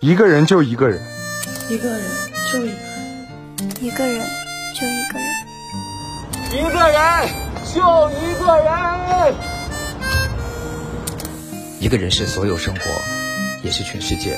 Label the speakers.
Speaker 1: 一个人就一个人，
Speaker 2: 一个人就一个人，
Speaker 3: 一个人就一个人，
Speaker 4: 一个人就一个人。
Speaker 5: 一个人是所有生活，也是全世界。